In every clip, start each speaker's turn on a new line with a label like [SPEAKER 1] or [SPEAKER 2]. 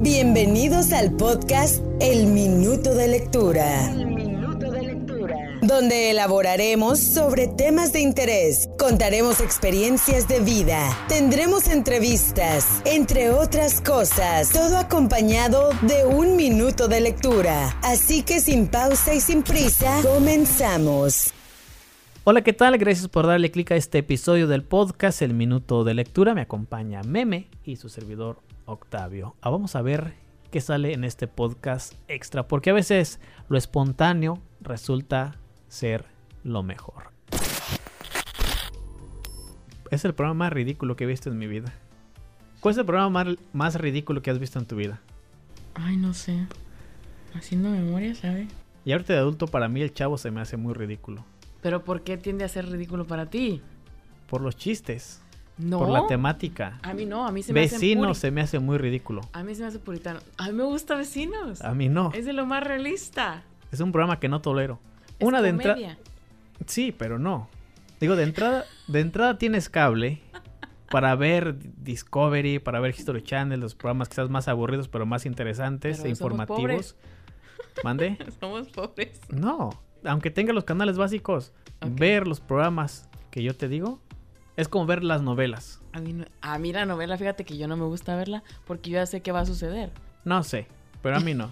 [SPEAKER 1] Bienvenidos al podcast El Minuto de Lectura,
[SPEAKER 2] El minuto de lectura.
[SPEAKER 1] donde elaboraremos sobre temas de interés, contaremos experiencias de vida, tendremos entrevistas, entre otras cosas, todo acompañado de un minuto de lectura. Así que sin pausa y sin prisa, comenzamos.
[SPEAKER 3] Hola, ¿qué tal? Gracias por darle clic a este episodio del podcast El Minuto de Lectura. Me acompaña Meme y su servidor Octavio. Ah, vamos a ver qué sale en este podcast extra, porque a veces lo espontáneo resulta ser lo mejor. Es el programa más ridículo que he visto en mi vida. ¿Cuál es el programa más, más ridículo que has visto en tu vida?
[SPEAKER 4] Ay, no sé. Haciendo memoria, ¿sabe?
[SPEAKER 3] Y ahorita de adulto, para mí el chavo se me hace muy ridículo.
[SPEAKER 4] Pero ¿por qué tiende a ser ridículo para ti?
[SPEAKER 3] Por los chistes,
[SPEAKER 4] No.
[SPEAKER 3] por la temática.
[SPEAKER 4] A mí no, a mí se me hace
[SPEAKER 3] Vecino se me hace muy ridículo.
[SPEAKER 4] A mí se me hace puritano. A mí me gusta Vecinos.
[SPEAKER 3] A mí Ah, no.
[SPEAKER 4] Es de lo más realista.
[SPEAKER 3] Es un programa que no tolero.
[SPEAKER 4] Es
[SPEAKER 3] Una de entrada.
[SPEAKER 4] comedia.
[SPEAKER 3] Sí, pero no. Digo, de entrada, de entrada tienes cable para ver Discovery, para ver History Channel, los programas quizás más aburridos, pero más interesantes e
[SPEAKER 4] Pero somos
[SPEAKER 3] informativos.
[SPEAKER 4] pobres.
[SPEAKER 3] ¿Mande?
[SPEAKER 4] Somos pobres.
[SPEAKER 3] No. Aunque tenga los canales básicos,
[SPEAKER 4] Ok.
[SPEAKER 3] ver los programas que yo te digo es como ver las novelas.
[SPEAKER 4] A mí, no- a mí la novela, fíjate que yo no me gusta verla porque yo ya sé qué va a suceder.
[SPEAKER 3] No sé, pero a mí no.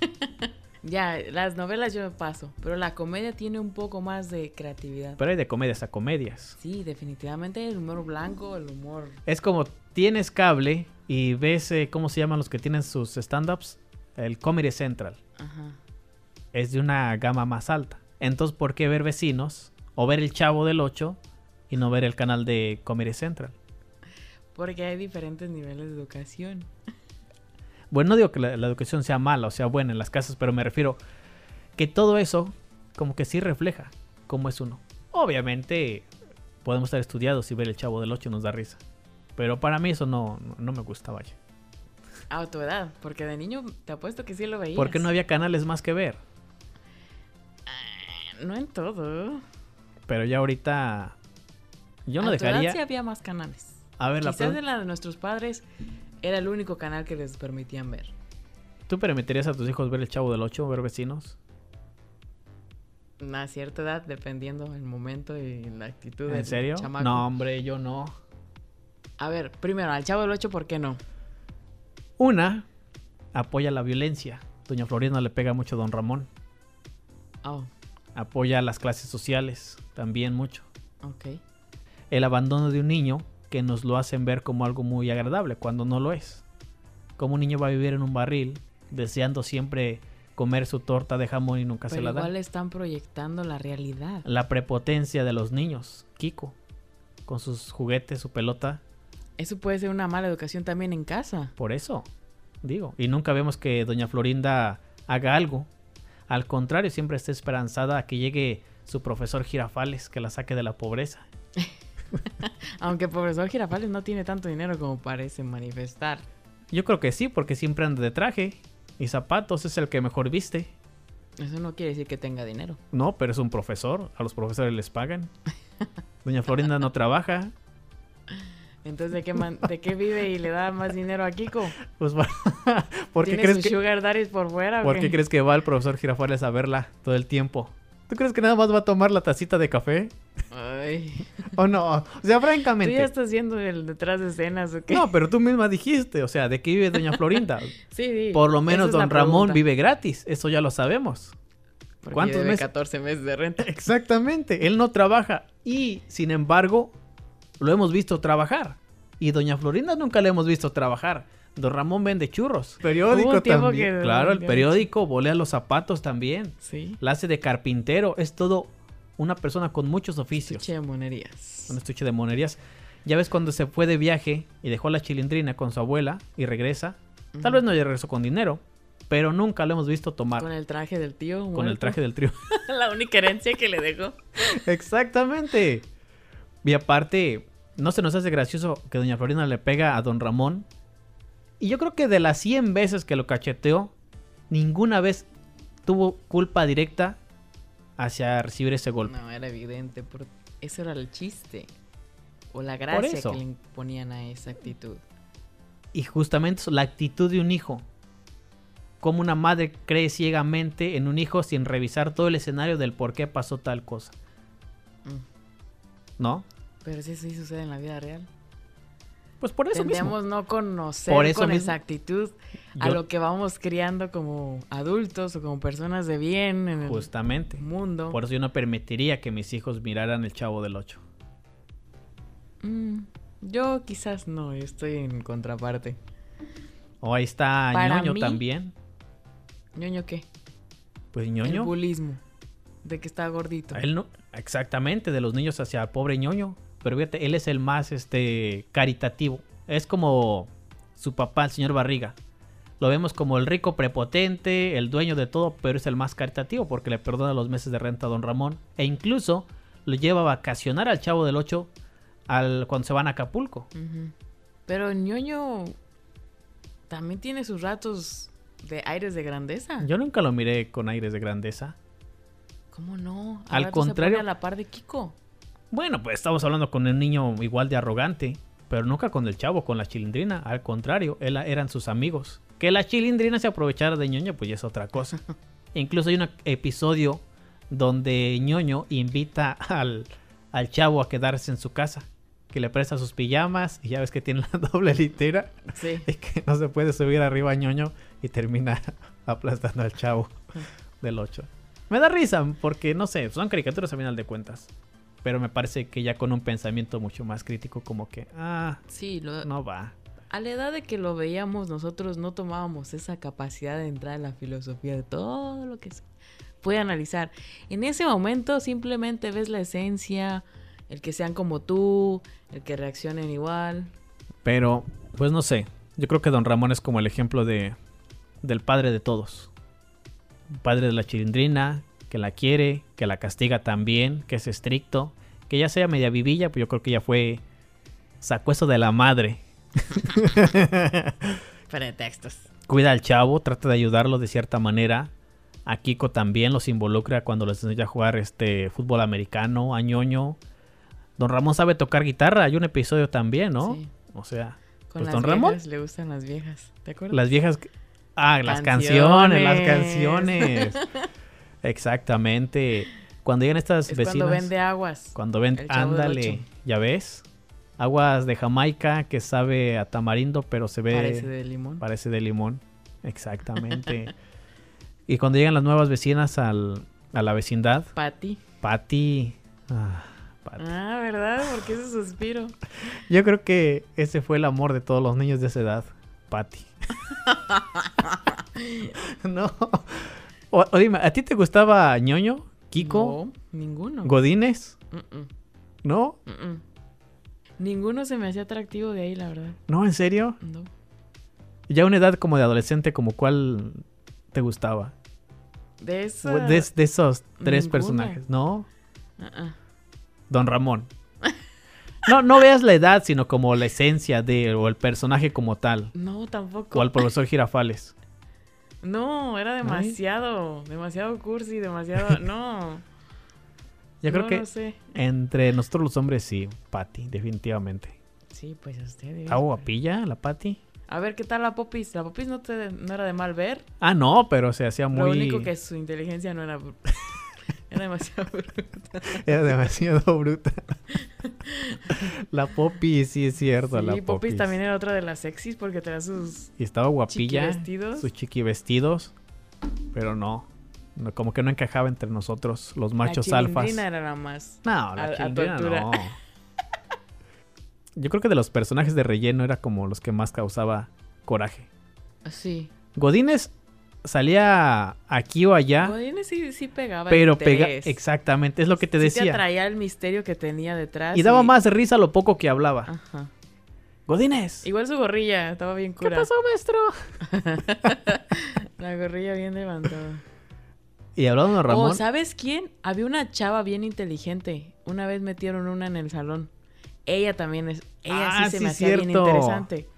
[SPEAKER 4] Ya, las novelas yo me paso, pero la comedia tiene un poco más de creatividad.
[SPEAKER 3] Pero hay de comedias a comedias.
[SPEAKER 4] Sí, definitivamente el humor blanco, el humor...
[SPEAKER 3] Es como tienes cable y ves, eh, ¿cómo se llaman los que tienen sus stand-ups? El Comedy Central.
[SPEAKER 4] Ajá.
[SPEAKER 3] Es de una gama más alta. Entonces, ¿por qué ver vecinos o ver el Chavo del 8 y no ver el canal de Comedy Central?
[SPEAKER 4] Porque hay diferentes niveles de educación.
[SPEAKER 3] Bueno, no digo que la, la educación sea mala o sea buena en las casas, pero me refiero que todo eso como que sí refleja cómo es uno. Obviamente podemos estar estudiados y ver el Chavo del 8 nos da risa. Pero para mí eso no, no- no me gusta, vaya.
[SPEAKER 4] A tu edad, porque de niño te apuesto que sí lo veías.
[SPEAKER 3] Porque no había canales más que ver.
[SPEAKER 4] No en todo.
[SPEAKER 3] Pero ya ahorita. Yo no
[SPEAKER 4] a tu edad
[SPEAKER 3] dejaría.
[SPEAKER 4] sí había más canales.
[SPEAKER 3] A ver, la
[SPEAKER 4] Quizás
[SPEAKER 3] pregunta.
[SPEAKER 4] de la de nuestros padres era el único canal que les permitían ver.
[SPEAKER 3] ¿Tú permitirías a tus hijos ver el chavo del 8, ver vecinos?
[SPEAKER 4] A cierta edad, dependiendo el momento y la actitud del
[SPEAKER 3] ¿En serio?
[SPEAKER 4] chamaco.
[SPEAKER 3] No, hombre, yo no.
[SPEAKER 4] A ver, primero, al Chavo del 8, ¿por qué no?
[SPEAKER 3] Una, apoya la violencia. Doña Florina le pega mucho a Don Ramón.
[SPEAKER 4] Oh,
[SPEAKER 3] Apoya las clases sociales también mucho.
[SPEAKER 4] ok.
[SPEAKER 3] El abandono de un niño que nos lo hacen ver como algo muy agradable cuando no lo es. Como un niño va a vivir en un barril deseando siempre comer su torta de jamón y nunca se
[SPEAKER 4] Pero
[SPEAKER 3] la da.
[SPEAKER 4] igual están proyectando la realidad.
[SPEAKER 3] la prepotencia de los niños. Kiko, con sus juguetes, su pelota,
[SPEAKER 4] Eso puede ser una mala educación también en casa.
[SPEAKER 3] por eso, digo. Y nunca vemos que Doña Florinda haga algo. Al contrario, siempre está esperanzada a que llegue su profesor Girafales, que la saque de la pobreza.
[SPEAKER 4] Aunque el profesor Girafales no tiene tanto dinero como parece manifestar.
[SPEAKER 3] Yo creo que sí, porque siempre anda de traje y zapatos, es el que mejor viste.
[SPEAKER 4] Eso no quiere decir que tenga dinero.
[SPEAKER 3] No, pero es un profesor, a los profesores les pagan. Doña Florinda no trabaja,
[SPEAKER 4] Entonces, ¿de qué, man- ¿de qué vive y le da más dinero a Kiko?
[SPEAKER 3] pues va- ¿por qué
[SPEAKER 4] ¿Tiene
[SPEAKER 3] crees
[SPEAKER 4] sus
[SPEAKER 3] que...
[SPEAKER 4] sugar daddies por fuera o
[SPEAKER 3] ¿Por qué
[SPEAKER 4] qué?
[SPEAKER 3] crees que va el profesor Girafales a verla todo el tiempo? ¿Tú crees que nada más va a tomar la tacita de café?
[SPEAKER 4] Ay,
[SPEAKER 3] ¿O no? O sea,
[SPEAKER 4] Tú ya
[SPEAKER 3] francamente.
[SPEAKER 4] estás viendo el detrás de escenas, ¿o qué?
[SPEAKER 3] No, pero tú misma dijiste, o sea, ¿de qué vive Doña Florinda?
[SPEAKER 4] sí, sí.
[SPEAKER 3] Por lo
[SPEAKER 4] esa
[SPEAKER 3] menos
[SPEAKER 4] es la
[SPEAKER 3] Don Ramón
[SPEAKER 4] pregunta.
[SPEAKER 3] vive gratis, eso ya lo sabemos.
[SPEAKER 4] Porque
[SPEAKER 3] ¿Cuántos
[SPEAKER 4] debe
[SPEAKER 3] meses?
[SPEAKER 4] 14 meses de renta.
[SPEAKER 3] Exactamente, él no trabaja y, sin embargo, lo hemos visto trabajar. Y Doña Florinda nunca la hemos visto trabajar. Don Ramón vende churros.
[SPEAKER 4] Hubo
[SPEAKER 3] Periódico
[SPEAKER 4] un tiempo
[SPEAKER 3] también.
[SPEAKER 4] que-
[SPEAKER 3] Claro, el
[SPEAKER 4] que-
[SPEAKER 3] periódico, volea los zapatos también.
[SPEAKER 4] Sí.
[SPEAKER 3] la hace de carpintero, es todo una persona con muchos oficios.
[SPEAKER 4] Che, monerías.
[SPEAKER 3] Un estuche de monerías. Ya ves cuando se fue de viaje y dejó la chilindrina con su abuela y regresa. Tal vez no regresó con dinero, pero nunca lo hemos visto tomar
[SPEAKER 4] Con
[SPEAKER 3] con
[SPEAKER 4] el traje del tío.
[SPEAKER 3] el, traje del trío.
[SPEAKER 4] la única herencia que le dejó.
[SPEAKER 3] Exactamente. Y aparte, no se nos hace gracioso que doña Florina le pega a don Ramón. Y yo creo que de las 100 veces que lo cacheteó, ninguna vez tuvo culpa directa hacia recibir ese golpe.
[SPEAKER 4] No, era evidente. por- Eso era el chiste. O la gracia
[SPEAKER 3] eso.
[SPEAKER 4] que le imponían a esa actitud.
[SPEAKER 3] Y justamente eso, la actitud de un hijo. cómo una madre cree ciegamente en un hijo sin revisar todo el escenario del por qué pasó tal cosa. ¿No?
[SPEAKER 4] Pero sí, sí sucede en la vida real.
[SPEAKER 3] Pues por eso mismo.
[SPEAKER 4] Tendemos no conocer
[SPEAKER 3] Por eso
[SPEAKER 4] con
[SPEAKER 3] mismo.
[SPEAKER 4] exactitud a
[SPEAKER 3] Yo-
[SPEAKER 4] lo que vamos criando como adultos o como personas de bien en el
[SPEAKER 3] Justamente.
[SPEAKER 4] mundo.
[SPEAKER 3] Por eso yo no permitiría que mis hijos miraran El Chavo del Ocho.
[SPEAKER 4] Mm, yo quizás no, yo estoy en contraparte.
[SPEAKER 3] O ahí está
[SPEAKER 4] Para
[SPEAKER 3] Ñoño
[SPEAKER 4] mí-
[SPEAKER 3] también.
[SPEAKER 4] ¿Ñoño qué?
[SPEAKER 3] Pues
[SPEAKER 4] El
[SPEAKER 3] Ñoño.
[SPEAKER 4] bulismo. De que está gordito.
[SPEAKER 3] a Él no, exactamente, de los niños hacia pobre Ñoño. Pero fíjate, él es el más este caritativo. Es como su papá, el señor Barriga. Lo vemos como el rico prepotente, el dueño de todo, pero es el más caritativo porque le perdona los meses de renta a don Ramón. E incluso lo lleva a vacacionar al chavo del 8 al, cuando se van a Acapulco.
[SPEAKER 4] Ujú. Pero ñoño también tiene sus ratos de aires de grandeza.
[SPEAKER 3] Yo nunca lo miré con aires de grandeza.
[SPEAKER 4] ¿Cómo no?
[SPEAKER 3] Al
[SPEAKER 4] ratos se pone
[SPEAKER 3] contrario.
[SPEAKER 4] a la par de Kiko.
[SPEAKER 3] Bueno, pues estamos hablando con un niño igual de arrogante, pero nunca con el chavo, con la chilindrina. Al contrario, él- eran sus amigos. Que la chilindrina se aprovechara de ñoño, pues ya es otra cosa. Incluso hay un episodio donde ñoño invita al, al chavo a quedarse en su casa, que le presta sus pijamas y ya ves que tiene la doble litera
[SPEAKER 4] Sí.
[SPEAKER 3] y que no se puede subir arriba a ñoño y termina aplastando al chavo del 8. Me da risa porque no sé, son caricaturas a final de cuentas. Pero me parece que ya con un pensamiento mucho más crítico, como que, ah,
[SPEAKER 4] Sí, lo-
[SPEAKER 3] no va.
[SPEAKER 4] a la edad de que lo veíamos nosotros no tomábamos esa capacidad de entrar en la filosofía de todo lo que se puede analizar. En ese momento simplemente ves la esencia, el que sean como tú, el que reaccionen igual.
[SPEAKER 3] Pero, pues no sé. Yo creo que Don Ramón es como el ejemplo de del padre de todos. Un Padre de la chilindrina, que la quiere, que la castiga también, que es estricto, que ya sea media vivilla, pues yo creo que ya fue sacó eso de la madre.
[SPEAKER 4] Pretextos.
[SPEAKER 3] cuida al chavo, trata de ayudarlo de cierta manera. A Kiko también los involucra cuando les enseña a jugar este fútbol americano, a ñoño. Don Ramón sabe tocar guitarra, hay un episodio también, ¿no?
[SPEAKER 4] Sí.
[SPEAKER 3] O sea,
[SPEAKER 4] Con
[SPEAKER 3] Pues,
[SPEAKER 4] las
[SPEAKER 3] don Ramón.
[SPEAKER 4] viejas, le gustan las viejas. ¿Te acuerdas?
[SPEAKER 3] las viejas Ah, las canciones, las canciones. Exactamente. Cuando llegan estas
[SPEAKER 4] Es
[SPEAKER 3] vecinas
[SPEAKER 4] cuando vende aguas.
[SPEAKER 3] cuando ven,
[SPEAKER 4] El Chavo del
[SPEAKER 3] ándale,
[SPEAKER 4] Ocho.
[SPEAKER 3] ya ves. Aguas de Jamaica que sabe a tamarindo, pero se ve
[SPEAKER 4] Parece de limón.
[SPEAKER 3] Parece de limón. Exactamente. y cuando llegan las nuevas vecinas al, a la vecindad,
[SPEAKER 4] Pati.
[SPEAKER 3] Patty. ah, Patty.
[SPEAKER 4] Ah, ¿verdad? Porque ese suspiro.
[SPEAKER 3] Yo creo que ese fue el amor de todos los niños de esa edad. Patty. no. O, o dime, ¿a ti te gustaba ñoño? ¿Kiko?
[SPEAKER 4] No, ninguno. Mm,
[SPEAKER 3] ¿Godines?
[SPEAKER 4] Mm-mm,
[SPEAKER 3] ¿No?
[SPEAKER 4] mm-mm. mm. Ninguno se me hacía atractivo de ahí, la verdad.
[SPEAKER 3] ¿No? ¿En serio?
[SPEAKER 4] No.
[SPEAKER 3] Ya una edad como de adolescente, como cuál te gustaba?
[SPEAKER 4] De
[SPEAKER 3] O
[SPEAKER 4] eso.
[SPEAKER 3] De, de esos tres
[SPEAKER 4] ninguna.
[SPEAKER 3] personajes, ¿no?
[SPEAKER 4] Ah,
[SPEAKER 3] Don Ramón. No, no veas la edad, sino como la esencia de o el personaje como tal.
[SPEAKER 4] No, tampoco.
[SPEAKER 3] O al profesor Girafales.
[SPEAKER 4] No, era demasiado. Demasiado cursi, demasiado. No.
[SPEAKER 3] Yo creo
[SPEAKER 4] no,
[SPEAKER 3] que
[SPEAKER 4] No sé.
[SPEAKER 3] entre nosotros los hombres sí, Patty, definitivamente.
[SPEAKER 4] Sí, pues a ustedes.
[SPEAKER 3] ¿Ah, guapilla la Patty?
[SPEAKER 4] A ver, ¿qué tal la Popis? La Popis no, te, no era de mal ver.
[SPEAKER 3] Ah, no, pero se hacía
[SPEAKER 4] Lo
[SPEAKER 3] muy...
[SPEAKER 4] único que su inteligencia no era. br- era demasiado. br-
[SPEAKER 3] Era demasiado bruta. la Poppy, sí es cierto, la
[SPEAKER 4] Sí, Popis
[SPEAKER 3] Poppy.
[SPEAKER 4] también era otra de las sexys porque traía sus.
[SPEAKER 3] Y estaba guapilla.
[SPEAKER 4] Chiquivestidos.
[SPEAKER 3] Sus chiquivestidos. Pero no, no, como que no encajaba entre nosotros, los machos
[SPEAKER 4] la
[SPEAKER 3] alfas.
[SPEAKER 4] chilindrina era la más.
[SPEAKER 3] No,
[SPEAKER 4] a-
[SPEAKER 3] la
[SPEAKER 4] a tu
[SPEAKER 3] chilindrina
[SPEAKER 4] altura.
[SPEAKER 3] no. Yo creo que de los personajes de relleno era como los que más causaba coraje.
[SPEAKER 4] Sí.
[SPEAKER 3] Godínez salía aquí o allá,
[SPEAKER 4] Godínez sí, sí pegaba. el
[SPEAKER 3] pero pega
[SPEAKER 4] interés.
[SPEAKER 3] exactamente, es lo que te
[SPEAKER 4] Sí te
[SPEAKER 3] decía.
[SPEAKER 4] atraía el misterio que tenía detrás.
[SPEAKER 3] y daba más risa lo poco que hablaba.
[SPEAKER 4] Ajá.
[SPEAKER 3] Godínez,
[SPEAKER 4] Ah. Igual su gorrilla, estaba bien
[SPEAKER 3] ¿qué
[SPEAKER 4] cura.
[SPEAKER 3] pasó, maestro?
[SPEAKER 4] La gorrilla bien levantada.
[SPEAKER 3] Y hablaba don Ramón.
[SPEAKER 4] Oh, ¿sabes quién? Había una chava bien inteligente. Una vez metieron una en el salón. Ella también es. Ella
[SPEAKER 3] Ah,
[SPEAKER 4] sí se
[SPEAKER 3] sí,
[SPEAKER 4] me hacía bien
[SPEAKER 3] cierto.
[SPEAKER 4] interesante.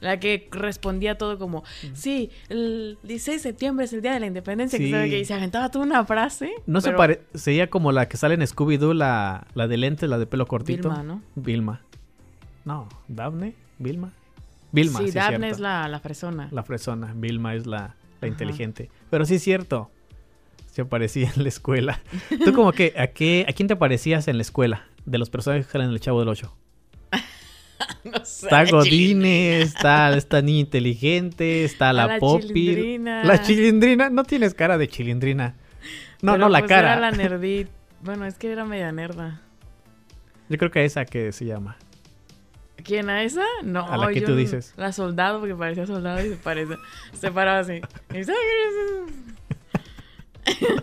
[SPEAKER 4] La que respondía todo como, sí, el 16 de septiembre es el día de la independencia, que
[SPEAKER 3] Sí.
[SPEAKER 4] sabe qué, y se aventaba toda una frase.
[SPEAKER 3] no se
[SPEAKER 4] pero-
[SPEAKER 3] parecía como la que sale en Scooby-Doo, la, la de lentes, la de pelo cortito.
[SPEAKER 4] Vilma, ¿no?
[SPEAKER 3] Vilma. No, Daphne, Vilma. Vilma,
[SPEAKER 4] sí,
[SPEAKER 3] sí,
[SPEAKER 4] Daphne
[SPEAKER 3] cierto.
[SPEAKER 4] es la, la fresona.
[SPEAKER 3] La fresona. Vilma es la, la inteligente. Pero sí es cierto. Se aparecía en la escuela. ¿Tú como que a qué a quién te parecías en la escuela? De los personajes que salen en el Chavo del Ocho.
[SPEAKER 4] No sé,
[SPEAKER 3] Está
[SPEAKER 4] chilindrina.
[SPEAKER 3] Godínez, está esta niña inteligente, está
[SPEAKER 4] A
[SPEAKER 3] la,
[SPEAKER 4] la
[SPEAKER 3] Poppy.
[SPEAKER 4] chilindrina.
[SPEAKER 3] La chilindrina, no tienes cara de chilindrina. No,
[SPEAKER 4] Pero,
[SPEAKER 3] no, la
[SPEAKER 4] pues,
[SPEAKER 3] cara.
[SPEAKER 4] Era la nerdit. Bueno, es que era media nerda.
[SPEAKER 3] Yo creo que esa que se llama.
[SPEAKER 4] ¿Quién a esa? No.
[SPEAKER 3] A la que
[SPEAKER 4] yo
[SPEAKER 3] tú
[SPEAKER 4] no-
[SPEAKER 3] dices.
[SPEAKER 4] La soldado, porque parecía soldado y se parece. Se paraba así. Y se-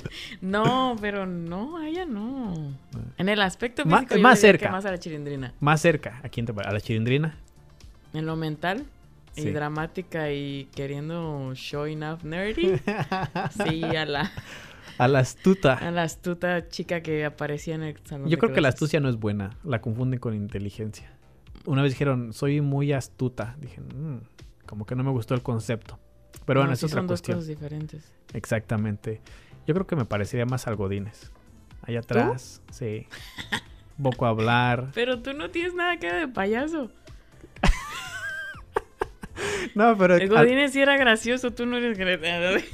[SPEAKER 4] no, pero no, a ella no. En el aspecto
[SPEAKER 3] Ma-
[SPEAKER 4] físico, yo
[SPEAKER 3] más
[SPEAKER 4] diría que
[SPEAKER 3] cerca.
[SPEAKER 4] más a la chilindrina.
[SPEAKER 3] Más cerca, ¿a quién te pare- ¿A la chilindrina?
[SPEAKER 4] En lo mental y
[SPEAKER 3] Sí.
[SPEAKER 4] dramática y queriendo showing up nerdy. Sí, a la,
[SPEAKER 3] A la astuta.
[SPEAKER 4] a la astuta chica que aparecía en el salón.
[SPEAKER 3] Yo
[SPEAKER 4] de
[SPEAKER 3] creo que la
[SPEAKER 4] clases.
[SPEAKER 3] astucia no es buena, la confunden con inteligencia. Una vez dijeron, soy muy astuta. Dije, "Mm, como que no me gustó el concepto. Pero bueno,
[SPEAKER 4] No,
[SPEAKER 3] es
[SPEAKER 4] sí
[SPEAKER 3] otra
[SPEAKER 4] son dos
[SPEAKER 3] cuestión.
[SPEAKER 4] cosas diferentes.
[SPEAKER 3] Exactamente. Yo creo que me parecería más a Godínez. Allá atrás, sí. Poco hablar.
[SPEAKER 4] Pero tú no tienes nada que ver de payaso.
[SPEAKER 3] No, pero.
[SPEAKER 4] El Godínez sí era gracioso, tú no eres eh,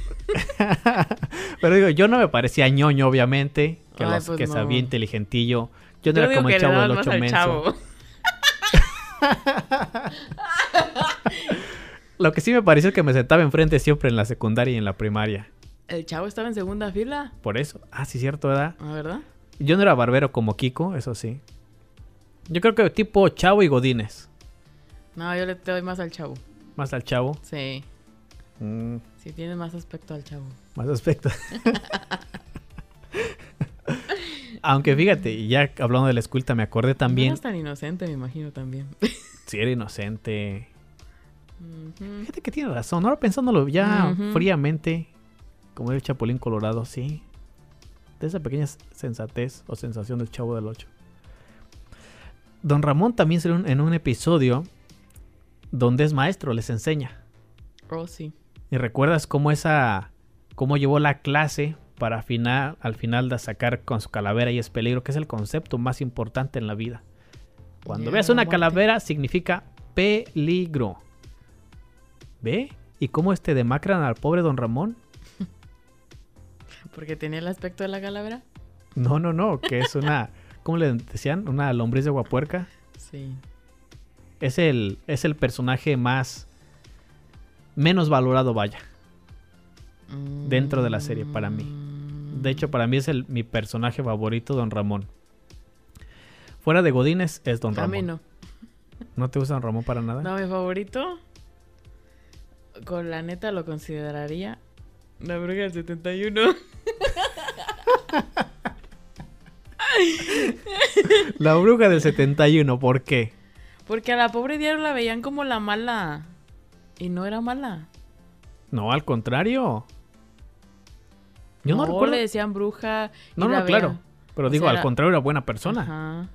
[SPEAKER 4] gracioso.
[SPEAKER 3] pero digo, yo no me parecía a ñoño, obviamente. Que,
[SPEAKER 4] Ay,
[SPEAKER 3] los-
[SPEAKER 4] pues
[SPEAKER 3] que
[SPEAKER 4] no.
[SPEAKER 3] sabía inteligentillo. Yo no
[SPEAKER 4] Yo
[SPEAKER 3] era
[SPEAKER 4] digo
[SPEAKER 3] como
[SPEAKER 4] que
[SPEAKER 3] el
[SPEAKER 4] le
[SPEAKER 3] chavo del
[SPEAKER 4] dabas más
[SPEAKER 3] ocho
[SPEAKER 4] al
[SPEAKER 3] menso.
[SPEAKER 4] chavo.
[SPEAKER 3] Lo que sí me pareció es que me sentaba enfrente siempre en la secundaria y en la primaria.
[SPEAKER 4] El chavo estaba en segunda fila,
[SPEAKER 3] Por eso. Ah, sí, cierto, ¿verdad?
[SPEAKER 4] ¿no, ¿verdad?
[SPEAKER 3] Yo no era barbero como Kiko, eso sí. Yo creo que tipo Chavo y Godínez.
[SPEAKER 4] No, yo le te doy más al chavo.
[SPEAKER 3] Más al Chavo.
[SPEAKER 4] Sí,
[SPEAKER 3] Mm,
[SPEAKER 4] sí tiene más aspecto al chavo.
[SPEAKER 3] más aspecto. Aunque fíjate, y ya hablando de la escuelta, me acordé
[SPEAKER 4] No
[SPEAKER 3] también.
[SPEAKER 4] eras tan inocente, me imagino también.
[SPEAKER 3] Si era inocente.
[SPEAKER 4] Ujú.
[SPEAKER 3] Fíjate que tiene razón. Ahora pensándolo ya
[SPEAKER 4] Ujú.
[SPEAKER 3] fríamente, como el Chapulín Colorado, sí. De esa pequeña sensatez o sensación del Chavo del Ocho. Don Ramón también salió en un episodio donde es maestro, les enseña.
[SPEAKER 4] Oh, sí.
[SPEAKER 3] ¿Y recuerdas cómo esa. cómo llevó la clase para final, al final de sacar con su calavera y es peligro, que es el concepto más importante en la vida? Cuando
[SPEAKER 4] Miedo
[SPEAKER 3] veas
[SPEAKER 4] a la
[SPEAKER 3] una
[SPEAKER 4] muerte.
[SPEAKER 3] calavera, significa peligro. ¿Ve? ¿Y cómo este demacran al pobre don Ramón?
[SPEAKER 4] Porque tenía el aspecto de la calavera.
[SPEAKER 3] No, no, no, que es una. ¿Cómo le decían? Una lombriz de guapuerca.
[SPEAKER 4] Sí.
[SPEAKER 3] Es el, es el personaje más. menos valorado, vaya. Dentro de la serie, para mí.
[SPEAKER 4] Mm.
[SPEAKER 3] De hecho, para mí es el, mi personaje favorito, Don Ramón. Fuera de Godínez es Don
[SPEAKER 4] A
[SPEAKER 3] Ramón.
[SPEAKER 4] mí
[SPEAKER 3] no.
[SPEAKER 4] no.
[SPEAKER 3] te gusta Don Ramón para nada?
[SPEAKER 4] No, mi favorito. Con la neta lo consideraría. La bruja del 71.
[SPEAKER 3] La bruja del 71, ¿por qué?
[SPEAKER 4] Porque a la pobre diario la veían como la mala. Y no era mala.
[SPEAKER 3] No, al contrario. Yo no, recuerdo.
[SPEAKER 4] le decían bruja. y
[SPEAKER 3] No,
[SPEAKER 4] la
[SPEAKER 3] no, claro.
[SPEAKER 4] veían-
[SPEAKER 3] Pero
[SPEAKER 4] O
[SPEAKER 3] digo,
[SPEAKER 4] sea,
[SPEAKER 3] al
[SPEAKER 4] era-
[SPEAKER 3] contrario, era buena persona.
[SPEAKER 4] Ajá.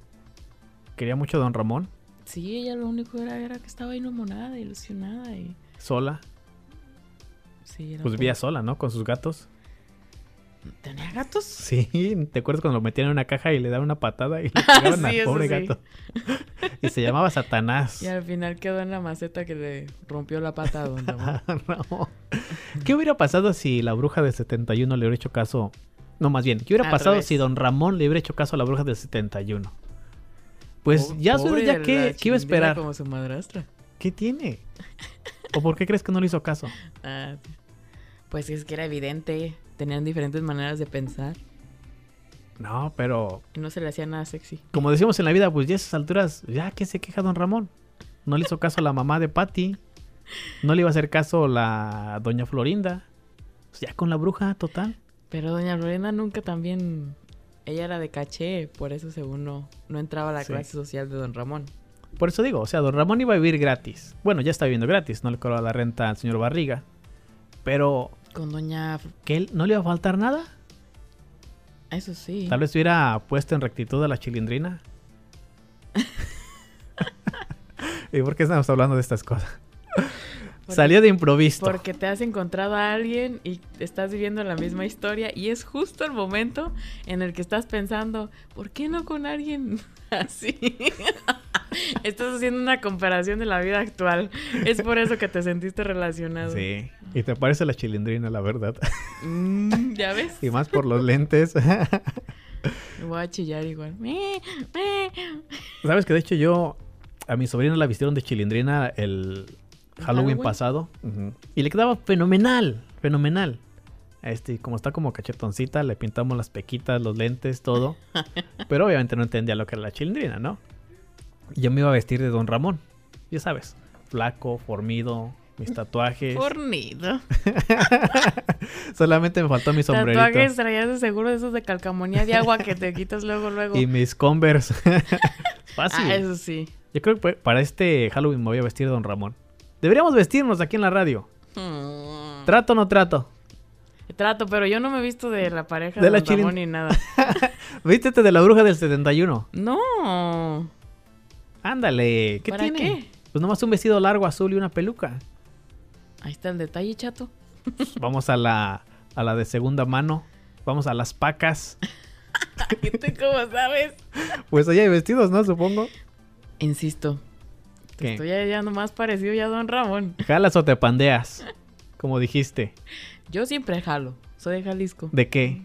[SPEAKER 3] Quería mucho a Don Ramón,
[SPEAKER 4] Sí, ella lo único era, era que estaba inhumonada, ilusionada. Y...
[SPEAKER 3] sola.
[SPEAKER 4] Sí, era
[SPEAKER 3] Pues
[SPEAKER 4] pobre.
[SPEAKER 3] vivía sola, ¿no? Con sus gatos.
[SPEAKER 4] ¿Tenía gatos?
[SPEAKER 3] Sí, ¿te acuerdas cuando lo metían en una caja y le daban una patada y le pegaban
[SPEAKER 4] Sí,
[SPEAKER 3] al
[SPEAKER 4] eso
[SPEAKER 3] pobre
[SPEAKER 4] sí.
[SPEAKER 3] gato? y se llamaba Satanás.
[SPEAKER 4] Y al final quedó en la maceta que le rompió la pata a Don Ramón.
[SPEAKER 3] No. ¿Qué hubiera pasado si la bruja del 71 le hubiera hecho caso? No, más bien, ¿qué hubiera
[SPEAKER 4] Al
[SPEAKER 3] pasado
[SPEAKER 4] revés.
[SPEAKER 3] si don Ramón le hubiera hecho caso a la bruja del 71? Pues
[SPEAKER 4] Po-
[SPEAKER 3] ya
[SPEAKER 4] Oh,
[SPEAKER 3] sabes
[SPEAKER 4] pobre
[SPEAKER 3] ya qué,
[SPEAKER 4] de la
[SPEAKER 3] qué iba a
[SPEAKER 4] chilindrina
[SPEAKER 3] esperar.
[SPEAKER 4] Como su madrastra.
[SPEAKER 3] ¿Qué tiene? ¿O por qué crees que no le hizo caso?
[SPEAKER 4] Ah, pues es que era evidente. Tenían diferentes maneras de pensar.
[SPEAKER 3] No, pero
[SPEAKER 4] Y no se le hacía nada sexy.
[SPEAKER 3] como decimos en la vida, pues ya a esas alturas, ya que se queja don Ramón. No le hizo caso a la mamá de Patty. No le iba a hacer caso la doña Florinda. Pues ya con la bruja, total.
[SPEAKER 4] Pero doña Lorena nunca también... Ella era de caché, por eso según no, no entraba a la
[SPEAKER 3] Sí.
[SPEAKER 4] clase social de don Ramón.
[SPEAKER 3] Por eso digo, o sea, don Ramón iba a vivir gratis. Bueno, ya está viviendo gratis, no le cobraba la renta al señor Barriga. Pero
[SPEAKER 4] Con doña... F-
[SPEAKER 3] que él no le iba a faltar nada.
[SPEAKER 4] Eso sí.
[SPEAKER 3] Tal vez hubiera puesto en rectitud a la chilindrina. ¿Y por qué estamos hablando de estas cosas?
[SPEAKER 4] Porque-
[SPEAKER 3] Salió de improviso.
[SPEAKER 4] Porque te has encontrado a alguien y estás viviendo la misma historia y es justo el momento en el que estás pensando, ¿por qué no con alguien así? Estás haciendo una comparación de la vida actual. Es por eso que te sentiste relacionado.
[SPEAKER 3] Sí. Y te parece la chilindrina, la verdad.
[SPEAKER 4] Mm, ¿Ya ves?
[SPEAKER 3] Y más por los lentes.
[SPEAKER 4] Voy a chillar igual.
[SPEAKER 3] Sabes que de hecho yo a mi sobrina la vistieron de chilindrina el Halloween,
[SPEAKER 4] Halloween?
[SPEAKER 3] pasado. Ujú. Y le quedaba fenomenal, fenomenal. Este, como está como cachetoncita, le pintamos las pequitas, los lentes, todo. Pero obviamente no entendía lo que era la chilindrina, ¿no? Yo me iba a vestir de Don Ramón, ya sabes. Flaco, formido, mis tatuajes.
[SPEAKER 4] Fornido.
[SPEAKER 3] Solamente me faltó mi sombrerito.
[SPEAKER 4] Tatuajes traías de seguro de esos de calcamonía de agua que te quitas luego, luego.
[SPEAKER 3] Y mis Converse. Fácil.
[SPEAKER 4] Ah, eso sí.
[SPEAKER 3] Yo creo que pa- para este Halloween me voy a vestir de Don Ramón. Deberíamos vestirnos aquí en la radio.
[SPEAKER 4] Mm.
[SPEAKER 3] ¿Trato o no trato?
[SPEAKER 4] Trato, pero yo no me he visto de la pareja
[SPEAKER 3] De
[SPEAKER 4] de,
[SPEAKER 3] la
[SPEAKER 4] Don Ramón
[SPEAKER 3] chilin-
[SPEAKER 4] ni nada.
[SPEAKER 3] Vístete de la bruja del 71.
[SPEAKER 4] No.
[SPEAKER 3] Ándale, ¿qué
[SPEAKER 4] ¿Para
[SPEAKER 3] tiene?
[SPEAKER 4] qué?
[SPEAKER 3] Pues nomás un vestido largo azul y una peluca.
[SPEAKER 4] Ahí está el detalle, chato.
[SPEAKER 3] Vamos a la, a la de segunda mano. Vamos a las pacas.
[SPEAKER 4] ¿Y tú cómo sabes?
[SPEAKER 3] Pues allá hay vestidos, ¿no? Supongo.
[SPEAKER 4] Insisto, te
[SPEAKER 3] ¿Qué?
[SPEAKER 4] estoy hallando más parecido ya a Don Ramón.
[SPEAKER 3] ¿Jalas o te pandeas? Como dijiste.
[SPEAKER 4] Yo siempre jalo. Soy de Jalisco.
[SPEAKER 3] ¿De qué?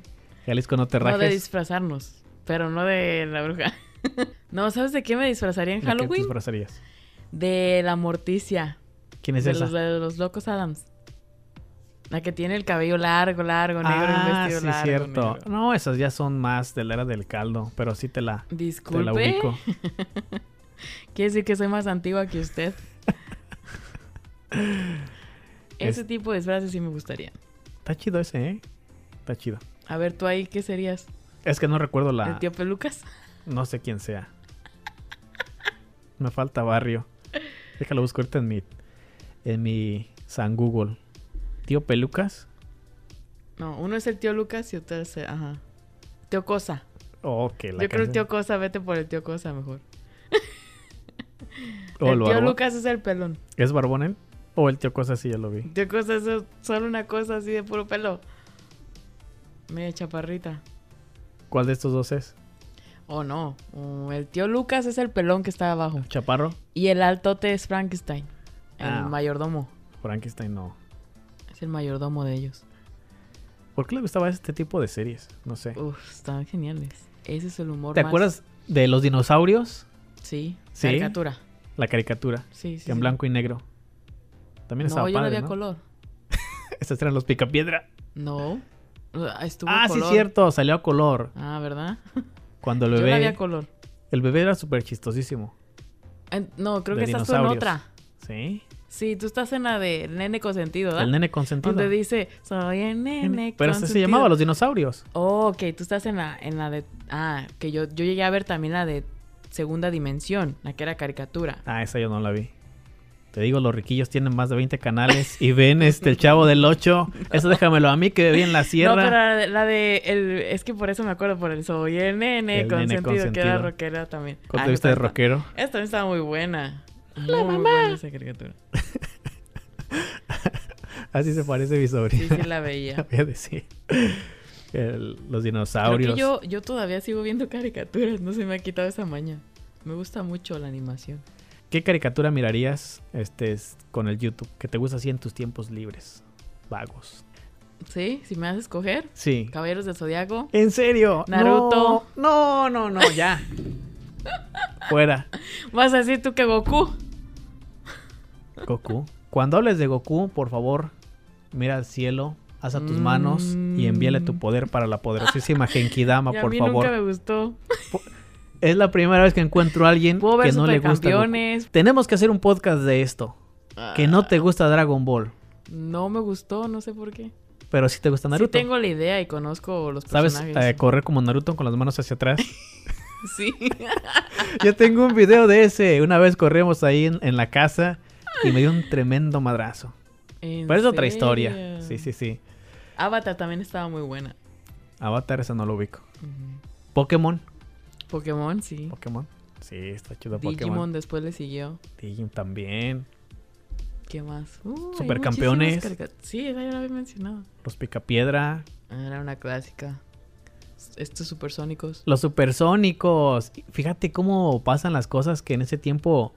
[SPEAKER 3] Jalisco no te
[SPEAKER 4] No de
[SPEAKER 3] rajes.
[SPEAKER 4] disfrazarnos, pero no de la bruja. no, ¿sabes de qué me disfrazaría en
[SPEAKER 3] ¿De qué te
[SPEAKER 4] Halloween?
[SPEAKER 3] disfrazarías?
[SPEAKER 4] De la morticia.
[SPEAKER 3] ¿Quién es
[SPEAKER 4] de,
[SPEAKER 3] esa?
[SPEAKER 4] los, de los locos Adams. La que tiene el cabello largo, largo, negro, y un
[SPEAKER 3] ah,
[SPEAKER 4] vestido
[SPEAKER 3] sí,
[SPEAKER 4] largo.
[SPEAKER 3] cierto.
[SPEAKER 4] negro.
[SPEAKER 3] No, esas ya son más de la era del caldo, pero sí te la, te la
[SPEAKER 4] Disculpe.
[SPEAKER 3] ubico.
[SPEAKER 4] Quiere decir que soy más antigua que usted. Ese tipo de disfraces sí me gustaría.
[SPEAKER 3] Está chido ese, ¿eh? Está chido.
[SPEAKER 4] A ver, tú ahí, ¿qué serías?
[SPEAKER 3] Es que no recuerdo la...
[SPEAKER 4] ¿El tío Pelucas?
[SPEAKER 3] No sé quién sea. Me falta barrio. Déjalo busco ahorita en mi... En mi San Google. Tío Pelucas.
[SPEAKER 4] No, uno es el tío Lucas y otro es el... Ajá. Tío Cosa.
[SPEAKER 3] Oh, que la
[SPEAKER 4] Yo creo el tío
[SPEAKER 3] canción.
[SPEAKER 4] Cosa, vete por el tío Cosa mejor.
[SPEAKER 3] Oh,
[SPEAKER 4] el
[SPEAKER 3] lo
[SPEAKER 4] tío
[SPEAKER 3] barbo-
[SPEAKER 4] Lucas es el pelón.
[SPEAKER 3] ¿Es Barbón él? O el tío Cosa, sí, ya lo vi.
[SPEAKER 4] El tío Cosa es solo una cosa así de puro pelo. Media chaparrita.
[SPEAKER 3] ¿Cuál de estos dos es?
[SPEAKER 4] O Oh, no. o el tío Lucas es el pelón que está abajo.
[SPEAKER 3] ¿Chaparro?
[SPEAKER 4] Y el altote es Frankenstein. El
[SPEAKER 3] Ah.
[SPEAKER 4] mayordomo.
[SPEAKER 3] Frankenstein, no.
[SPEAKER 4] Es el mayordomo de ellos.
[SPEAKER 3] ¿Por qué le gustaba este tipo de series? No sé.
[SPEAKER 4] Uf, están geniales. Ese es el humor
[SPEAKER 3] ¿Te
[SPEAKER 4] más-
[SPEAKER 3] acuerdas de los dinosaurios?
[SPEAKER 4] Sí.
[SPEAKER 3] Sí.
[SPEAKER 4] Caricatura.
[SPEAKER 3] La caricatura.
[SPEAKER 4] Sí, sí.
[SPEAKER 3] que en
[SPEAKER 4] sí.
[SPEAKER 3] blanco y negro. También
[SPEAKER 4] No,
[SPEAKER 3] estaba
[SPEAKER 4] yo no
[SPEAKER 3] padre,
[SPEAKER 4] había
[SPEAKER 3] ¿no?
[SPEAKER 4] color.
[SPEAKER 3] Estos eran los picapiedra.
[SPEAKER 4] No. Ah, Estuvo
[SPEAKER 3] Ah, sí,
[SPEAKER 4] color.
[SPEAKER 3] cierto. Salió a color.
[SPEAKER 4] Ah, ¿verdad?
[SPEAKER 3] Cuando el
[SPEAKER 4] Yo no había
[SPEAKER 3] bebé...
[SPEAKER 4] color.
[SPEAKER 3] El bebé era súper chistosísimo.
[SPEAKER 4] En- no, creo
[SPEAKER 3] De
[SPEAKER 4] que estás tú en
[SPEAKER 3] dinosaurios.
[SPEAKER 4] otra.
[SPEAKER 3] ¿Sí?
[SPEAKER 4] Sí, tú estás en la de Nene Consentido, ¿verdad?
[SPEAKER 3] El nene consentido.
[SPEAKER 4] Donde dice, soy el nene
[SPEAKER 3] Pero ese
[SPEAKER 4] consentido.
[SPEAKER 3] se llamaba Los Dinosaurios.
[SPEAKER 4] Oh, ok, tú estás en la, en la de... Ah, que yo, yo llegué a ver también la de Segunda Dimensión, la que era caricatura.
[SPEAKER 3] Ah, esa yo no la vi. Te digo, los riquillos tienen más de 20 canales y ven este, el chavo del 8. Eso déjamelo a mí que vi en la sierra.
[SPEAKER 4] No, pero la de... la de el, es que por eso me acuerdo, por el soy el nene,
[SPEAKER 3] El nene
[SPEAKER 4] consentido, que era
[SPEAKER 3] consentido.
[SPEAKER 4] rockera también.
[SPEAKER 3] Con
[SPEAKER 4] Ah,
[SPEAKER 3] tu vista de
[SPEAKER 4] esta-
[SPEAKER 3] rockero.
[SPEAKER 4] Esta también estaba muy buena. La mamá. Buena esa caricatura.
[SPEAKER 3] Así se parece mi
[SPEAKER 4] Sí,
[SPEAKER 3] sobrina.
[SPEAKER 4] sí la veía.
[SPEAKER 3] Voy a decir. El- los
[SPEAKER 4] Creo
[SPEAKER 3] dinosaurios.
[SPEAKER 4] que yo, yo todavía sigo viendo caricaturas, no se me ha quitado esa maña. Me gusta mucho la animación.
[SPEAKER 3] ¿Qué caricatura mirarías este, es- con el YouTube que te gusta así en tus tiempos libres? Vagos.
[SPEAKER 4] ¿Sí? Si me haces escoger,
[SPEAKER 3] Sí.
[SPEAKER 4] Caballeros del Zodiaco.
[SPEAKER 3] ¿En serio?
[SPEAKER 4] Naruto.
[SPEAKER 3] No, no, no, no, ya. Fuera.
[SPEAKER 4] Vas a decir tú que Goku.
[SPEAKER 3] Goku. Cuando hables de Goku, por favor, mira al cielo, alza tus manos y envíale tu poder para la poderosísima Genkidama,
[SPEAKER 4] Y a
[SPEAKER 3] por
[SPEAKER 4] mí
[SPEAKER 3] favor.
[SPEAKER 4] nunca me gustó.
[SPEAKER 3] Es la primera vez que encuentro a alguien
[SPEAKER 4] Puedo ver
[SPEAKER 3] que no le gusta. Goku.
[SPEAKER 4] supercampeones. Ah.
[SPEAKER 3] Tenemos que hacer un podcast de esto. Que no te gusta Dragon Ball,
[SPEAKER 4] No me gustó, no sé por qué.
[SPEAKER 3] pero sí te gusta Naruto.
[SPEAKER 4] Sí tengo la idea y conozco los
[SPEAKER 3] ¿Sabes
[SPEAKER 4] personajes.
[SPEAKER 3] eh, correr como Naruto con las manos hacia atrás?
[SPEAKER 4] Sí.
[SPEAKER 3] Yo tengo un video de ese. Una vez corrimos ahí en, en la casa y me dio un tremendo madrazo.
[SPEAKER 4] ¿En
[SPEAKER 3] Pero es otra
[SPEAKER 4] serio?
[SPEAKER 3] historia. Sí, sí, sí.
[SPEAKER 4] Avatar también estaba muy buena.
[SPEAKER 3] Avatar, esa no lo ubico.
[SPEAKER 4] Ujú.
[SPEAKER 3] Pokémon.
[SPEAKER 4] Pokémon, sí.
[SPEAKER 3] Pokémon. Sí, está chido
[SPEAKER 4] Digimon
[SPEAKER 3] Pokémon.
[SPEAKER 4] después le siguió.
[SPEAKER 3] Digimon también.
[SPEAKER 4] ¿Qué más? Uh, hay muchísimas
[SPEAKER 3] Supercampeones.
[SPEAKER 4] carica- Sí, esa ya la había mencionado.
[SPEAKER 3] Los Picapiedra.
[SPEAKER 4] Era una Ah, clásica. estos supersónicos.
[SPEAKER 3] Los supersónicos. Fíjate cómo pasan las cosas que en ese tiempo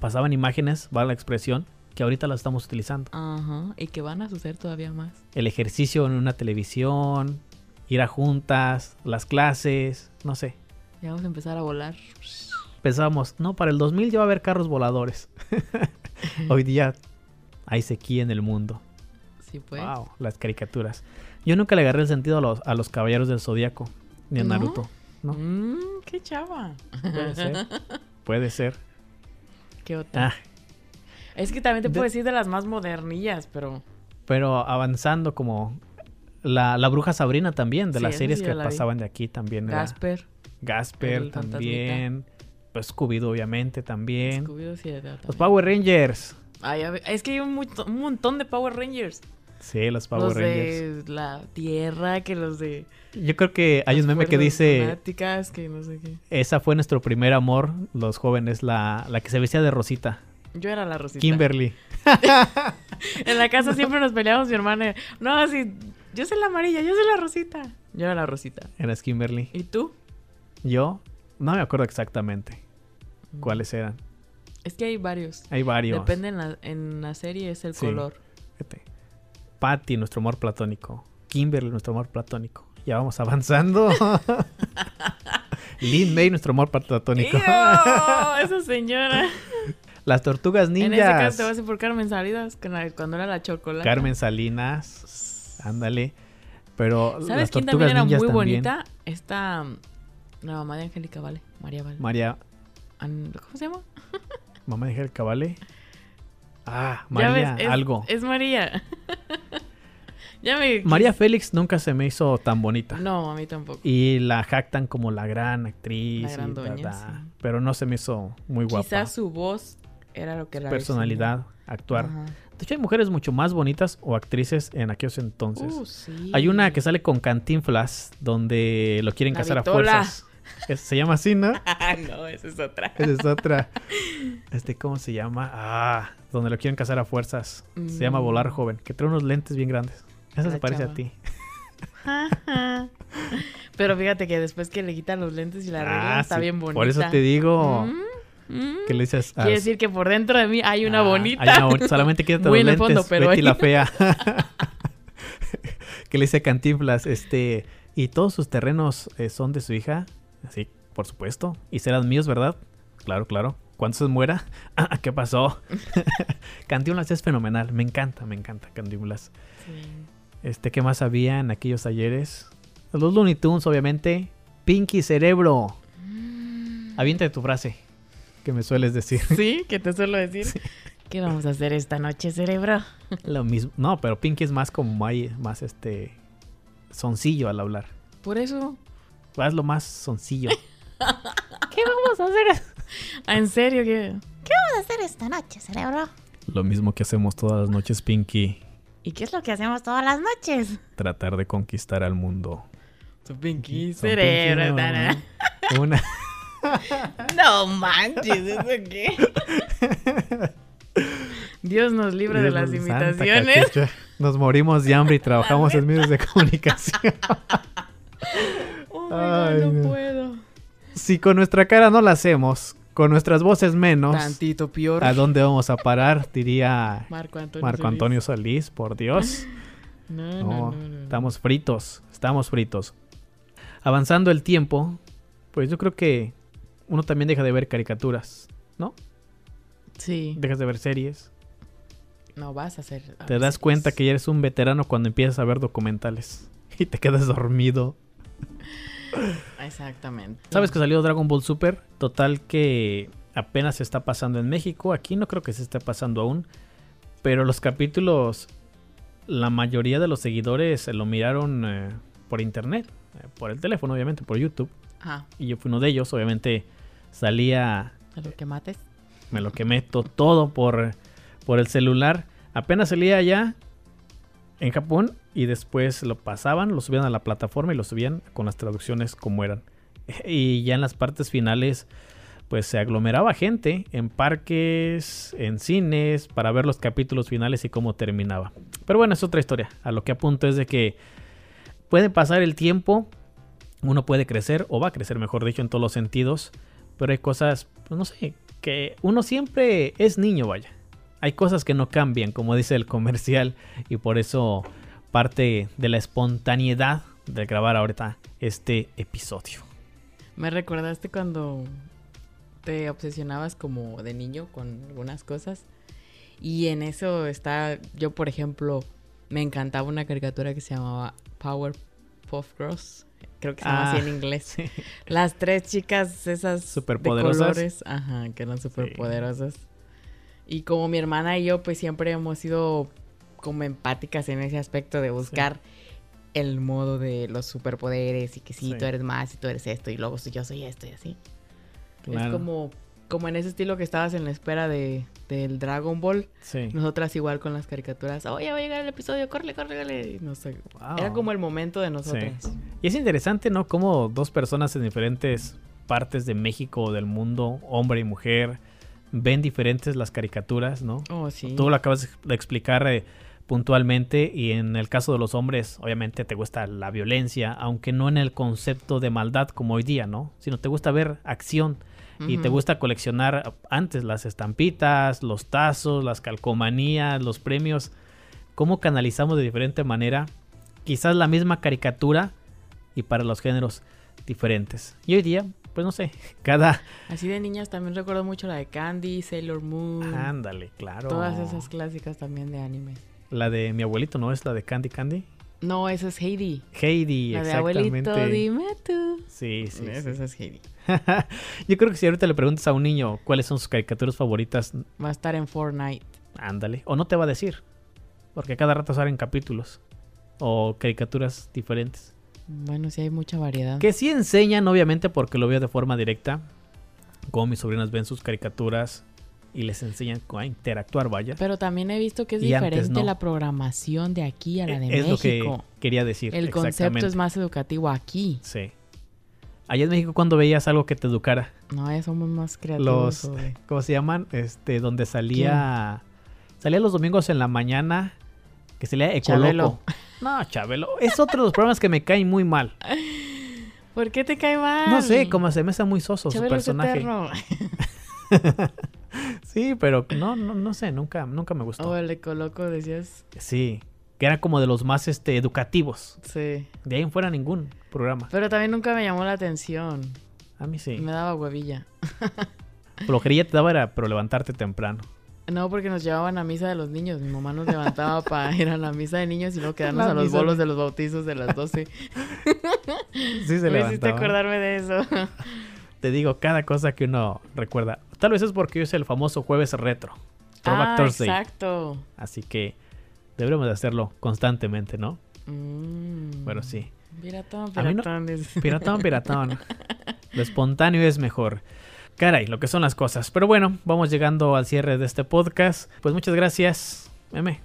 [SPEAKER 3] pasaban imágenes, va la expresión, que ahorita las estamos utilizando.
[SPEAKER 4] Ajá. Y que van a suceder todavía más.
[SPEAKER 3] El ejercicio en una televisión, ir a juntas, las clases, no sé.
[SPEAKER 4] Ya vamos a empezar a volar.
[SPEAKER 3] Pensábamos, no, para el 2000 ya va a haber carros voladores. Hoy día hay sequía en el mundo.
[SPEAKER 4] Sí, pues.
[SPEAKER 3] Wow, las caricaturas. Yo nunca le agarré el sentido a los, a los caballeros del zodiaco ni a
[SPEAKER 4] ¿No?
[SPEAKER 3] Naruto. ¿no?
[SPEAKER 4] Mm, qué chava.
[SPEAKER 3] Puede ser. Puede ser.
[SPEAKER 4] Qué otra.
[SPEAKER 3] Ah,
[SPEAKER 4] Es que también te
[SPEAKER 3] De-
[SPEAKER 4] puedo decir de las más modernillas, pero.
[SPEAKER 3] pero avanzando como la, la bruja Sabrina también, de
[SPEAKER 4] Sí,
[SPEAKER 3] las
[SPEAKER 4] esa
[SPEAKER 3] series
[SPEAKER 4] sí
[SPEAKER 3] que
[SPEAKER 4] ya la vi.
[SPEAKER 3] pasaban de aquí también. era
[SPEAKER 4] Gasper.
[SPEAKER 3] Gasper
[SPEAKER 4] el fantasmita.
[SPEAKER 3] también. Pues scooby obviamente también.
[SPEAKER 4] Scooby-Doo, sí, ya también.
[SPEAKER 3] Los Power Rangers.
[SPEAKER 4] Ay, ya ve- es que hay un, mucho- un montón de Power Rangers.
[SPEAKER 3] Sí, los Power
[SPEAKER 4] los
[SPEAKER 3] Rangers.
[SPEAKER 4] de la tierra, que los de.
[SPEAKER 3] Yo creo que hay un meme que dice,
[SPEAKER 4] Fanáticas, que no sé qué.
[SPEAKER 3] esa fue nuestro primer amor, los jóvenes, la, la que se vestía de Rosita,
[SPEAKER 4] Yo era la Rosita.
[SPEAKER 3] Kimberly.
[SPEAKER 4] En la casa siempre nos peleábamos mi hermana. No, así. Yo soy la amarilla, yo soy la Rosita. Yo era la Rosita.
[SPEAKER 3] Eras Kimberly.
[SPEAKER 4] ¿Y tú?
[SPEAKER 3] Yo no me acuerdo exactamente cuáles eran.
[SPEAKER 4] Es que hay varios.
[SPEAKER 3] Hay varios.
[SPEAKER 4] Mm. Depende en la, en la serie, es el
[SPEAKER 3] Sí.
[SPEAKER 4] color.
[SPEAKER 3] Fíjate. Patty, nuestro amor platónico. Kimberly, nuestro amor platónico. Ya vamos avanzando. Lin May, nuestro amor platónico.
[SPEAKER 4] ¡Ew! Esa señora.
[SPEAKER 3] Las tortugas ninjas.
[SPEAKER 4] En ese caso te vas a ir por Carmen Salidas, con la- cuando era la chocolate.
[SPEAKER 3] Carmen Salinas. Ándale. Pero
[SPEAKER 4] ¿Sabes
[SPEAKER 3] las
[SPEAKER 4] quién
[SPEAKER 3] tortugas
[SPEAKER 4] también era muy
[SPEAKER 3] ninjas también.
[SPEAKER 4] bonita? Esta. mm, La mamá de Angélica Vale. María Vale.
[SPEAKER 3] María,
[SPEAKER 4] An- ¿Cómo se llama?
[SPEAKER 3] mamá de Angélica Vale. Ah,
[SPEAKER 4] Ya
[SPEAKER 3] María,
[SPEAKER 4] ves, es-
[SPEAKER 3] algo.
[SPEAKER 4] Es María. ya me.
[SPEAKER 3] María Félix nunca se me hizo tan bonita.
[SPEAKER 4] No, a mí tampoco.
[SPEAKER 3] Y la jactan como la gran actriz.
[SPEAKER 4] La gran
[SPEAKER 3] y ta,
[SPEAKER 4] doña,
[SPEAKER 3] ta.
[SPEAKER 4] sí.
[SPEAKER 3] Pero no se me hizo muy guapa.
[SPEAKER 4] Quizás su voz era lo que la.
[SPEAKER 3] personalidad, actuar.
[SPEAKER 4] Ajá.
[SPEAKER 3] De hecho, hay mujeres mucho más bonitas o actrices en aquellos entonces.
[SPEAKER 4] Uh, sí.
[SPEAKER 3] Hay una que sale con Cantinflas, donde lo quieren
[SPEAKER 4] La
[SPEAKER 3] casar
[SPEAKER 4] Vitola.
[SPEAKER 3] a fuerzas. Es- se llama así, ¿no?
[SPEAKER 4] Ah, no, esa es otra.
[SPEAKER 3] Esa es otra. Este, ¿cómo se llama? Ah, donde lo quieren casar a fuerzas. Se llama
[SPEAKER 4] Mm.
[SPEAKER 3] Volar Joven, que trae unos lentes bien grandes. Esa
[SPEAKER 4] La
[SPEAKER 3] se parece a
[SPEAKER 4] chava.
[SPEAKER 3] ti.
[SPEAKER 4] Pero fíjate que después que le quitan los lentes y la arreglan,
[SPEAKER 3] Ah,
[SPEAKER 4] está
[SPEAKER 3] sí,
[SPEAKER 4] bien bonita.
[SPEAKER 3] Por eso te digo
[SPEAKER 4] Mm, mm.
[SPEAKER 3] que le dices. a-
[SPEAKER 4] Quiere decir que por dentro de mí hay una
[SPEAKER 3] Ah,
[SPEAKER 4] bonita.
[SPEAKER 3] hay una bonita. Solamente quítate
[SPEAKER 4] Muy
[SPEAKER 3] los
[SPEAKER 4] en el
[SPEAKER 3] lentes,
[SPEAKER 4] fondo, pero
[SPEAKER 3] Betty
[SPEAKER 4] ahí.
[SPEAKER 3] la fea. que le dice a Cantinflas, este, y todos sus terrenos eh, son de su hija, así, por supuesto, y serán míos, ¿verdad? Claro, claro. Cuando se muera, "Ah, ¿qué pasó? Cantinflas es fenomenal, me encanta, me encanta Cantinflas.
[SPEAKER 4] Sí.
[SPEAKER 3] Este, ¿qué más había en aquellos talleres? Los Looney Tunes, obviamente. Pinky Cerebro.
[SPEAKER 4] Mm.
[SPEAKER 3] Avienta tu frase que me sueles decir.
[SPEAKER 4] Sí, que te suelo decir. ¿Qué vamos a hacer esta noche, cerebro?
[SPEAKER 3] Lo mismo. No, pero Pinky es más como hay más este soncillo al hablar.
[SPEAKER 4] Por eso.
[SPEAKER 3] Haz lo más soncillo.
[SPEAKER 4] ¿Qué vamos a hacer? Ah, ¿En serio? ¿Qué?
[SPEAKER 5] a hacer esta noche, cerebro?
[SPEAKER 3] lo mismo que hacemos todas las noches, Pinky.
[SPEAKER 4] ¿Y qué es lo que
[SPEAKER 5] ¿Qué hacemos todas las noches?
[SPEAKER 3] Tratar de conquistar al mundo.
[SPEAKER 4] hace? Pinky
[SPEAKER 3] Son
[SPEAKER 4] cerebro.
[SPEAKER 3] Pinky,
[SPEAKER 4] tarara.
[SPEAKER 3] no, Una.
[SPEAKER 4] No manches, ¿eso qué? Dios nos libre de las
[SPEAKER 3] Santa
[SPEAKER 4] imitaciones.
[SPEAKER 3] cachucha. Nos morimos de hambre y trabajamos en medios de comunicación.
[SPEAKER 4] Oh my
[SPEAKER 3] Ay,
[SPEAKER 4] God, no,
[SPEAKER 3] no.
[SPEAKER 4] puedo.
[SPEAKER 3] si con nuestra cara no la hacemos, con nuestras voces menos,
[SPEAKER 4] Tantito peor.
[SPEAKER 3] ¿a dónde vamos a parar? Diría
[SPEAKER 4] Marco Antonio.
[SPEAKER 3] Marco
[SPEAKER 4] Solís.
[SPEAKER 3] Antonio Solís, por Dios.
[SPEAKER 4] No,
[SPEAKER 3] No,
[SPEAKER 4] no, no, no, no.
[SPEAKER 3] estamos fritos, estamos fritos. Avanzando el tiempo, pues yo creo que uno también deja de ver caricaturas, ¿no?
[SPEAKER 4] Sí.
[SPEAKER 3] Dejas de ver series.
[SPEAKER 4] No vas a hacer. a
[SPEAKER 3] Te
[SPEAKER 4] ver
[SPEAKER 3] das
[SPEAKER 4] si-
[SPEAKER 3] cuenta que ya eres un veterano cuando empiezas a ver documentales y te quedas dormido.
[SPEAKER 4] Exactamente.
[SPEAKER 3] ¿Sabes que salió Dragon Ball Super? Total que apenas se está pasando en México. Aquí no creo que se esté pasando aún. Pero los capítulos, la mayoría de los seguidores eh, lo miraron eh, por internet, eh, por el teléfono, obviamente, por YouTube.
[SPEAKER 4] Ajá.
[SPEAKER 3] y yo fui uno de ellos. Obviamente salía,
[SPEAKER 4] Ah, A lo que mates.
[SPEAKER 3] me lo quemé to- todo por, por el celular. Apenas salía allá en Japón y después lo pasaban, lo subían a la plataforma y lo subían con las traducciones como eran. Y ya en las partes finales, pues se aglomeraba gente en parques, en cines, para ver los capítulos finales y cómo terminaba. Pero bueno, es otra historia. A lo que apunto es de que puede pasar el tiempo uno puede crecer o va a crecer, mejor dicho, en todos los sentidos, pero hay cosas, pues, no sé, que uno siempre es niño, vaya. Hay cosas que no cambian, como dice el comercial, y por eso parte de la espontaneidad de grabar ahorita este episodio.
[SPEAKER 4] Me recordaste cuando te obsesionabas como de niño con algunas cosas. Y en eso está, yo por ejemplo, me encantaba una caricatura que se llamaba Powerpuff Girls. Creo que se
[SPEAKER 3] Ah,
[SPEAKER 4] llama así en inglés. Las tres chicas esas
[SPEAKER 3] Superpoderosas.
[SPEAKER 4] de colores, ajá, que eran superpoderosas. Y como mi hermana y yo pues siempre hemos sido como empáticas en ese aspecto de buscar el modo de los superpoderes y que sí,
[SPEAKER 3] Sí.
[SPEAKER 4] tú eres más y tú eres esto y luego yo soy esto y así. Es
[SPEAKER 3] Claro,
[SPEAKER 4] como, como en ese estilo que estabas en la espera de, del Dragon Ball.
[SPEAKER 3] sí.
[SPEAKER 4] Nosotras igual con las caricaturas. Oh, ya va a llegar el episodio, córrele, córrele, córrele. Y No sé.
[SPEAKER 3] Wow.
[SPEAKER 4] Era como el momento de nosotras.
[SPEAKER 3] Y es interesante, ¿no? Como dos personas en diferentes partes de México o del mundo, hombre y mujer, ven diferentes las caricaturas, ¿no?
[SPEAKER 4] Oh, sí.
[SPEAKER 3] Tú lo acabas de explicar eh, puntualmente y en el caso de los hombres, obviamente te gusta la violencia, aunque no en el concepto de maldad como hoy día, ¿no? Sino te gusta ver acción y te
[SPEAKER 4] Ujú.
[SPEAKER 3] gusta coleccionar ah, antes las estampitas, los tazos, las calcomanías, los premios. ¿Cómo canalizamos de diferente manera quizás la misma caricatura y para los géneros diferentes? Y hoy día, pues no sé, cada...
[SPEAKER 4] Así de niñas también recuerdo mucho la de Candy, Sailor Moon.
[SPEAKER 3] Ándale, claro.
[SPEAKER 4] Mm. Todas esas clásicas también de anime.
[SPEAKER 3] La de mi abuelito, ¿no? Es la de Candy Candy.
[SPEAKER 4] No, esa es Heidi.
[SPEAKER 3] Heidi,
[SPEAKER 4] la de
[SPEAKER 3] exactamente.
[SPEAKER 4] abuelito, dime tú.
[SPEAKER 3] Sí, sí.
[SPEAKER 4] Esa-
[SPEAKER 3] sí.
[SPEAKER 4] esa es Heidi.
[SPEAKER 3] Yo creo que si ahorita le preguntas a un niño cuáles son sus caricaturas favoritas,
[SPEAKER 4] Va a estar en Fortnite.
[SPEAKER 3] ándale. O no te va a decir. Porque cada rato salen capítulos. O caricaturas diferentes.
[SPEAKER 4] Bueno, sí hay mucha variedad.
[SPEAKER 3] Que sí enseñan, obviamente, porque lo veo de forma directa. Como mis sobrinas ven sus caricaturas y les enseñan a interactuar, vaya.
[SPEAKER 4] Pero también he visto que es
[SPEAKER 3] Y antes
[SPEAKER 4] diferente
[SPEAKER 3] no. E,
[SPEAKER 4] la programación de aquí a la de
[SPEAKER 3] Eh, es lo que
[SPEAKER 4] México.
[SPEAKER 3] quería decir.
[SPEAKER 4] El concepto es
[SPEAKER 3] exactamente.
[SPEAKER 4] más educativo aquí.
[SPEAKER 3] Sí. Allá en México, cuando veías algo que te educara.
[SPEAKER 4] No, ya somos más
[SPEAKER 3] los eh,
[SPEAKER 4] creativos. güey.
[SPEAKER 3] ¿cómo se llaman? Este, donde salía salía los domingos en la mañana que salía Ecoloco.
[SPEAKER 4] Chabelo.
[SPEAKER 3] No, Chabelo, es otro de los programas que me caen muy mal.
[SPEAKER 4] ¿Por qué te cae mal?
[SPEAKER 3] No sé, como se me hace muy soso su
[SPEAKER 4] Chabelo es
[SPEAKER 3] personaje.
[SPEAKER 4] eterno.
[SPEAKER 3] Sí, pero no no no sé, nunca nunca me gustó.
[SPEAKER 4] O el de Oh, Coloco decías.
[SPEAKER 3] Sí, que era como de los más este educativos.
[SPEAKER 4] Sí.
[SPEAKER 3] De ahí en fuera ningún programa.
[SPEAKER 4] Pero también nunca me llamó la atención.
[SPEAKER 3] A mí sí.
[SPEAKER 4] Me daba huevilla.
[SPEAKER 3] Flojería te daba era pero levantarte temprano.
[SPEAKER 4] No, porque nos llevaban a misa de los niños. Mi mamá nos levantaba para ir a la misa de niños y luego quedarnos
[SPEAKER 3] La
[SPEAKER 4] a los
[SPEAKER 3] misa de-
[SPEAKER 4] bolos de los bautizos de las 12.
[SPEAKER 3] Sí se
[SPEAKER 4] Me hiciste
[SPEAKER 3] levantaba.
[SPEAKER 4] acordarme de eso.
[SPEAKER 3] te digo cada cosa que uno recuerda. Tal vez es porque yo hice el famoso jueves retro. Throwback
[SPEAKER 4] Ah,
[SPEAKER 3] Thursday.
[SPEAKER 4] exacto.
[SPEAKER 3] Así que deberíamos de hacerlo constantemente, ¿no?
[SPEAKER 4] Mm.
[SPEAKER 3] Pero sí.
[SPEAKER 4] Piratón,
[SPEAKER 3] A mí no-
[SPEAKER 4] piratón. dice.
[SPEAKER 3] Piratón, piratón. Lo espontáneo es mejor. Caray, lo que son las cosas. Pero bueno, vamos llegando al cierre de este podcast. Pues muchas gracias, Meme.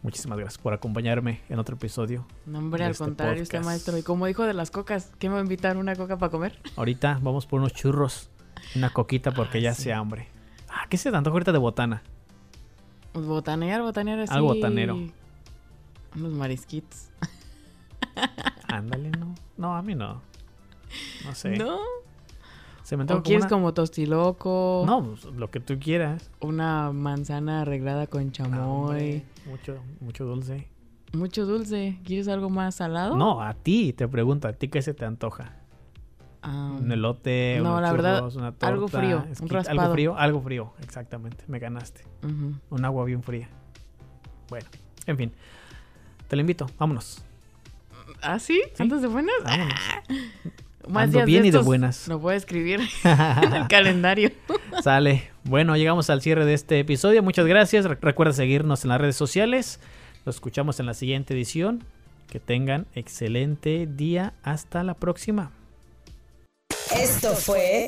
[SPEAKER 3] Muchísimas gracias por acompañarme en otro episodio.
[SPEAKER 4] No, hombre,
[SPEAKER 3] de
[SPEAKER 4] al
[SPEAKER 3] este
[SPEAKER 4] contrario, usted
[SPEAKER 3] podcast.
[SPEAKER 4] maestro. Y como dijo de las cocas, ¿qué me va a invitar una coca para comer?
[SPEAKER 3] Ahorita vamos por unos churros, una coquita porque
[SPEAKER 4] Ah,
[SPEAKER 3] ya
[SPEAKER 4] sí.
[SPEAKER 3] se hambre. Ah, ¿qué se tanto ahorita de botana?
[SPEAKER 4] Pues Botanear, botanear así.
[SPEAKER 3] Algo botanero.
[SPEAKER 4] Unos marisquitos.
[SPEAKER 3] Ándale, no. No, a mí no. No sé.
[SPEAKER 4] ¿No?
[SPEAKER 3] Se me
[SPEAKER 4] ¿O
[SPEAKER 3] antoja como
[SPEAKER 4] quieres
[SPEAKER 3] una-
[SPEAKER 4] como tostiloco?
[SPEAKER 3] No, pues, lo que tú quieras.
[SPEAKER 4] Una manzana arreglada con chamoy.
[SPEAKER 3] Hombre, Mucho, mucho dulce.
[SPEAKER 4] Mucho dulce. ¿Quieres algo más salado?
[SPEAKER 3] No, a ti te pregunto, a ti qué se te antoja.
[SPEAKER 4] Ah,
[SPEAKER 3] Un elote,
[SPEAKER 4] No,
[SPEAKER 3] unos
[SPEAKER 4] la verdad,
[SPEAKER 3] churros, una torta,
[SPEAKER 4] algo frío, un
[SPEAKER 3] esquite- algo
[SPEAKER 4] raspado.
[SPEAKER 3] frío, algo frío, exactamente. Me ganaste.
[SPEAKER 4] ujú.
[SPEAKER 3] Un agua bien fría. Bueno, en fin. Te lo invito, vámonos.
[SPEAKER 4] ¿Ah, sí?
[SPEAKER 3] Sí.
[SPEAKER 4] ¿Andas de buenas?
[SPEAKER 3] Vámonos.
[SPEAKER 4] Ah. Más
[SPEAKER 3] Ando
[SPEAKER 4] días
[SPEAKER 3] bien y de
[SPEAKER 4] estos
[SPEAKER 3] buenas.
[SPEAKER 4] No puedo escribir en el calendario.
[SPEAKER 3] Sale. Bueno, llegamos al cierre de este episodio. Muchas gracias. Re- recuerda seguirnos en las redes sociales. Lo escuchamos en la siguiente edición. Que tengan excelente día. Hasta la próxima.
[SPEAKER 1] Esto fue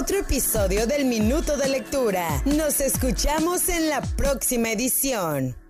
[SPEAKER 1] otro episodio del Minuto de Lectura. Nos escuchamos en la próxima edición.